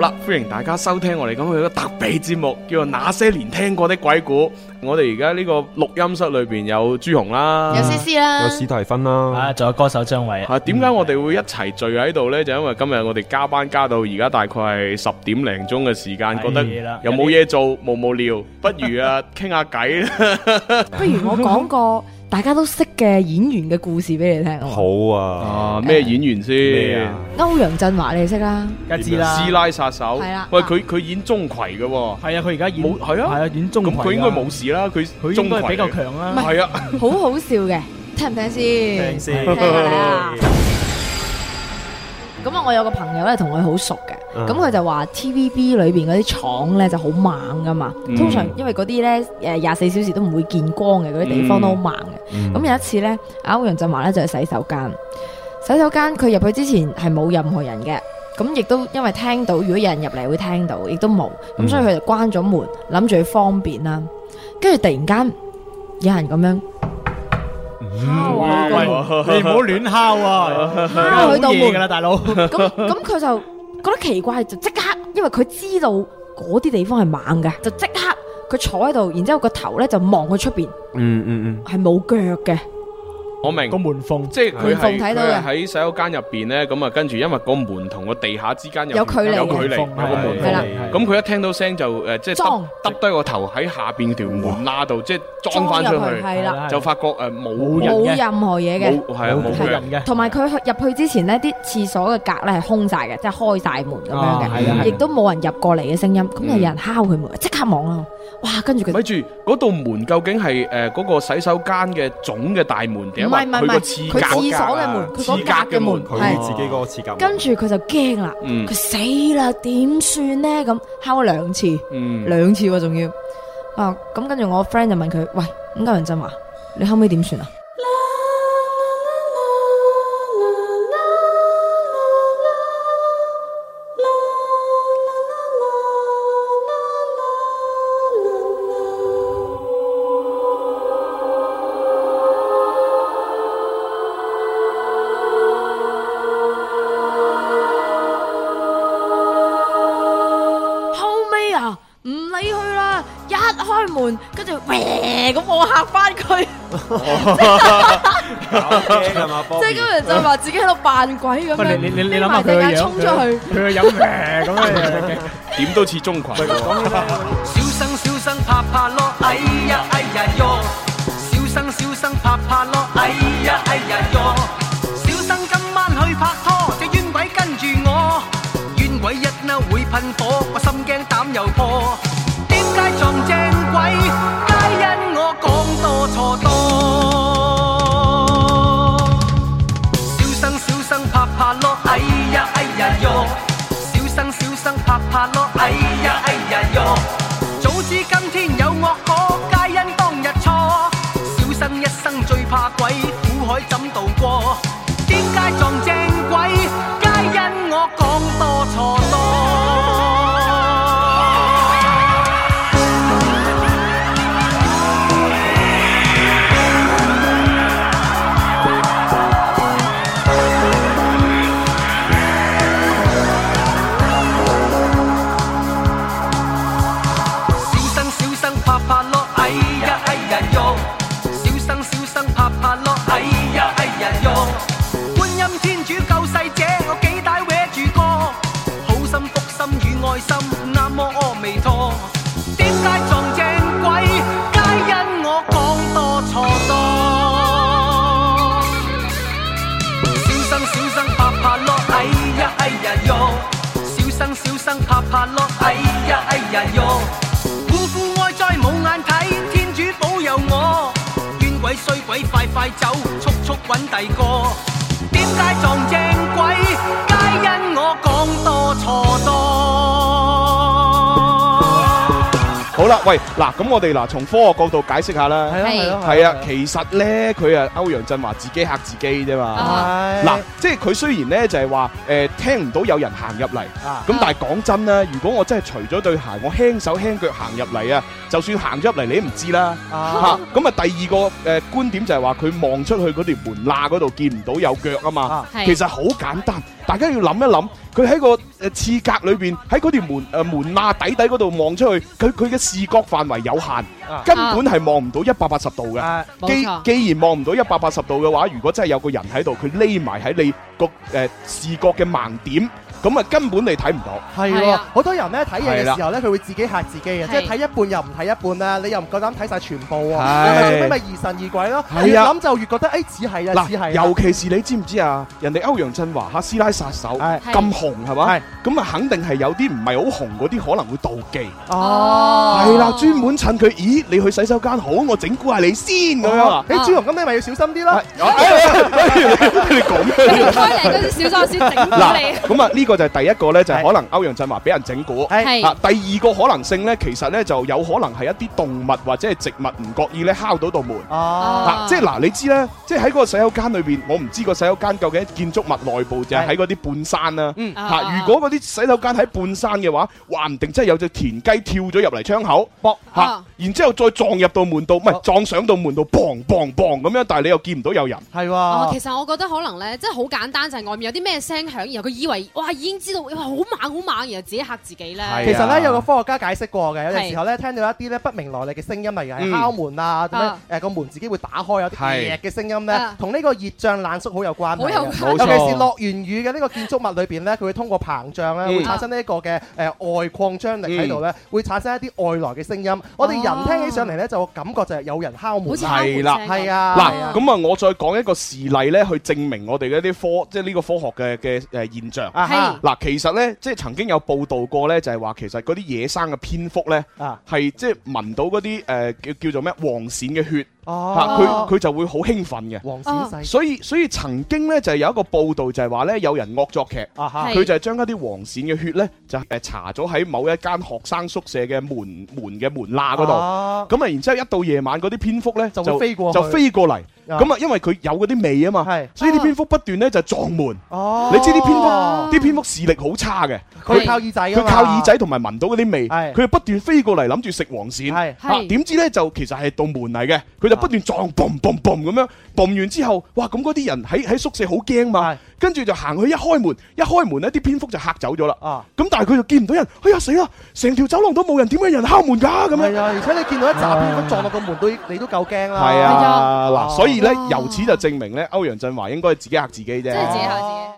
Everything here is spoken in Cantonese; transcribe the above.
啦，歡迎大家收聽我哋咁嘅一個特備節目，叫做《那些年聽過的鬼故》。我哋而家呢個錄音室裏邊有朱紅啦，有 C C 啦，啊有史提芬啦，啊，仲有歌手張偉啊，點解我哋會一齊聚喺度呢？就因為今日我哋加班加到而家大概係十點零鐘嘅時間，係覺得啦又冇嘢做，無無聊，不如 啊傾下偈啦。不如我講個 大家都識嘅演員嘅故事俾你聽。好啊，啊，咩演員咩先？啊？歐陽振華你哋識啦，梗知啦，師奶殺手。係啦喂，佢佢演鍾馗嘅喎，係啊，佢而家演冇係啊係啊，演中咁佢應該應冇，事啦，佢佢鍾應該馗比較嚟嘅強唔係啦，係啊。好好笑嘅，聽唔聽先？正先聽下 啦。咁啊，我有個朋友咧，同佢好熟嘅，嗯咁佢就話 TVB 裏邊嗰啲廠咧就好猛噶嘛，嗯通常因為嗰啲咧誒廿四小時都唔會見光嘅，嗰啲地方都好猛嘅。嗯咁有一次咧，阿歐陽振華咧就去洗手間，洗手間佢入去之前係冇任何人嘅，咁亦都因為聽到如果有人入嚟會聽到，亦都冇，咁嗯所以佢就關咗門，諗住去方便啦。跟住突然間有人咁樣哇敲我個門你唔好亂敲啊，敲佢道嘢噶門，啦，大佬，咁咁佢就覺得奇怪，就即刻，因為佢知道嗰啲地方係猛嘅，就即刻佢坐喺度，然之後個頭咧就望佢出邊嗯嗯係冇腳嘅，我明個。門縫即係佢門縫係睇到佢嘅係喺洗手間入邊咧，咁啊跟住因為個門同個地下之間有距離有嘅距離，有個門係啦縫。咁佢一聽到聲就誒，即係裝耷耷低個頭喺下邊條門罅度，即係裝翻出裝入去去，係啦，就發覺誒冇冇人冇嘅任何嘢嘅。冇係啊冇冇嘅人。人嘅，同埋佢去入去之前呢啲廁所嘅格咧係空晒嘅，即係開晒門咁樣啊係啊嘅，係啊亦都冇人入過嚟嘅聲音。咁就嗯有人敲佢門，即刻望啦！哇，跟住佢咪住嗰道門究竟係誒嗰個洗手間嘅總嘅大門定唔係係唔係佢唔啊個係，廁佢格？廁所嘅門，佢嗰格嘅門廁佢係。自己嗰個刺格，跟住佢就驚啦，嗯佢死啦，點算呢？咁敲咗兩次，嗯，兩次喎，仲要啊！咁跟住我 friend 就問佢：，喂，咁歐陽振華，你後尾點算啊？後尾啊，唔理佢啦，一開門，跟住 喂咁我嚇翻 佢。係啊嘛？即係根本就話自己喺度扮鬼咁樣，喂你你你你匿諗埋下佢隻嘅眼樣，衝出去，佢佢有咩咁樣嘅，點都似中群。小生小生拍拍咯，哎呀哎呀喲！小生小生拍拍咯，哎呀哎呀喲！小生今晚去拍拖，只冤鬼跟住我，冤鬼一嬲會噴火，我心驚膽又破。點解撞正鬼？皆因我講多錯多。小生小生拍拍咯，哎呀哎呀喲！小生小生拍拍咯，哎呀哎呀喲！早知今天有惡果，皆因當日錯。小生一生最怕鬼，苦海怎渡過？點解撞正鬼？皆因我講多錯多。小生小生拍拍咯，哎呀哎呀喲！小生小生拍拍咯，哎呀哎呀喲！觀音天主救世者，我幾大搲住歌，好心福心與愛心，南無阿彌陀。點解撞正鬼？皆因我講多錯多。小生小生拍拍咯，哎呀哎呀喲！小生小生拍拍咯，哎呀哎呀喲！苦苦哀哉冇眼睇，天主保佑我。冤鬼衰鬼快快走，速速揾第個。點解撞正鬼？皆因我講多錯多。好啦，啦，喂，嗱，咁我哋嗱從科學角度解釋下啦。係係啊，其實咧佢啊歐陽震華自己嚇自己啫哦嘛。嗱，即係佢雖然咧就係話誒聽唔到有人行入嚟，啊咁但係講真啦，如果我真係除咗對鞋，我輕手輕腳行入嚟啊，就算行咗入嚟你都唔知啦。吓，咁啊第二個誒觀點就係話佢望出去嗰條門罅嗰度見唔到有腳啊嘛啊。其實好簡單，大家要諗一諗，佢喺個誒刺格裏邊，喺嗰條門誒、呃、門罅底底嗰度望出去，佢佢嘅視覺範圍有限，啊根本係望唔到一百八十度嘅。啊冇既錯既然望唔到一百八十度嘅話，如果真係有個人喺度，佢匿埋喺你個誒、呃、視覺嘅盲點，咁啊根本你睇唔到。係係喎，啊好多人咧睇嘢係啦嘅時候咧，佢會自己嚇自己嘅，係即係睇一半又唔睇一半啦，你又唔夠膽睇晒全部喎，係因為最尾咪疑神疑鬼咯係，啊越諗就越覺得誒只係啊，只嗱，係尤其是你知唔知啊？人哋歐陽震華嚇師奶殺手係咁紅係嘛係？咁啊肯定係有啲唔係好紅嗰啲可能會妒忌。哦。系啦，專門趁佢，咦，你去洗手間好，我整蠱下你先咁樣啊！你朱紅咁，你咪要小心啲咯。你講咩？嗱，咁啊，呢個就係第一個咧，就係可能歐陽震華俾人整蠱。係啊，第二個可能性咧，其實咧就有可能係一啲動物或者係植物唔覺意咧敲到道門。哦，啊，即係嗱，你知咧，即係喺個洗手間裏邊，我唔知個洗手間究竟喺建築物內部就係喺嗰啲半山啦。嚇！如果嗰啲洗手間喺半山嘅話，話唔定真係有隻田雞跳咗入嚟窗口，搏嚇啊！然之後再撞入到門度，唔係哦撞上到門度，砰砰砰咁樣，但係你又見唔到有人。係哦，其喎。實我覺得可能咧，即係好簡單，就係外面有啲咩聲響，然後佢以為哇已經知道，哇好猛好猛，然後自己嚇自己啊咧。其實咧，有個科學家解釋過嘅，有陣係時候咧，聽到一啲咧不明來歷嘅聲音，例如嗯係敲門啊，咁樣啊誒個門自己會打開，有啲係嘢嘅聲音咧啊，同呢個熱脹冷縮好有關係好嘅。冇有尤錯其是落完雨嘅呢個建築物裏邊咧，佢會通過膨脹咧，嗯會產生呢一個嘅誒外擴張力喺度咧，會產生一啲外來嘅聲音。我哋人聽起上嚟咧，就感覺就係有人敲門好似啦。係啦係，啊，係嗱，啊咁啊，我再講一個事例咧，去證明我哋嘅啲科，即係呢個科學嘅嘅誒現象。啊哈嗱，其實咧，即係曾經有報道過咧，就係話其實嗰啲野生嘅蝙蝠咧，啊，係即係聞到嗰啲誒叫叫做咩黃鱔嘅血，嚇哦佢，佢就會好興奮嘅。黃小細所以所以曾經咧就係有一個報道就係話咧有人惡作劇。啊哈係佢就係將一啲黃鱔嘅血咧，就誒搽咗喺某一間學生宿舍嘅門門嘅門罅嗰度。度。咁啊，然之後一到夜晚，嗰啲蝙蝠咧哦就會飛過去就飛過嚟。啊咁啊，因為佢有嗰啲味啊嘛，係所以啲蝙蝠不斷咧就撞門。哦，你知啲蝙蝠哦啲蝙蝠視力好差嘅，佢靠耳仔㗎佢嘛靠耳仔同埋聞到嗰啲味，係佢就不斷飛過嚟諗住食黃鱔。係啊！點知咧就其實係道門嚟嘅，佢就不斷撞嘣嘣嘣咁樣，嘣完之後，哇！咁嗰啲人喺喺宿舍好驚嘛係，跟住就行去一開門，一開門咧啲蝙蝠就嚇走咗啦。啊，咁但係佢就見唔到人，哎呀死啦！成條走廊都冇人，點解有人敲門㗎？咁樣係啊，而且你見到一紮蝙蝠撞落個門都，你都夠驚啦。係係啊，嗱，哦所以咧哇由此就證明咧，歐陽震華應該係自己嚇自己啫。即係自己嚇自己。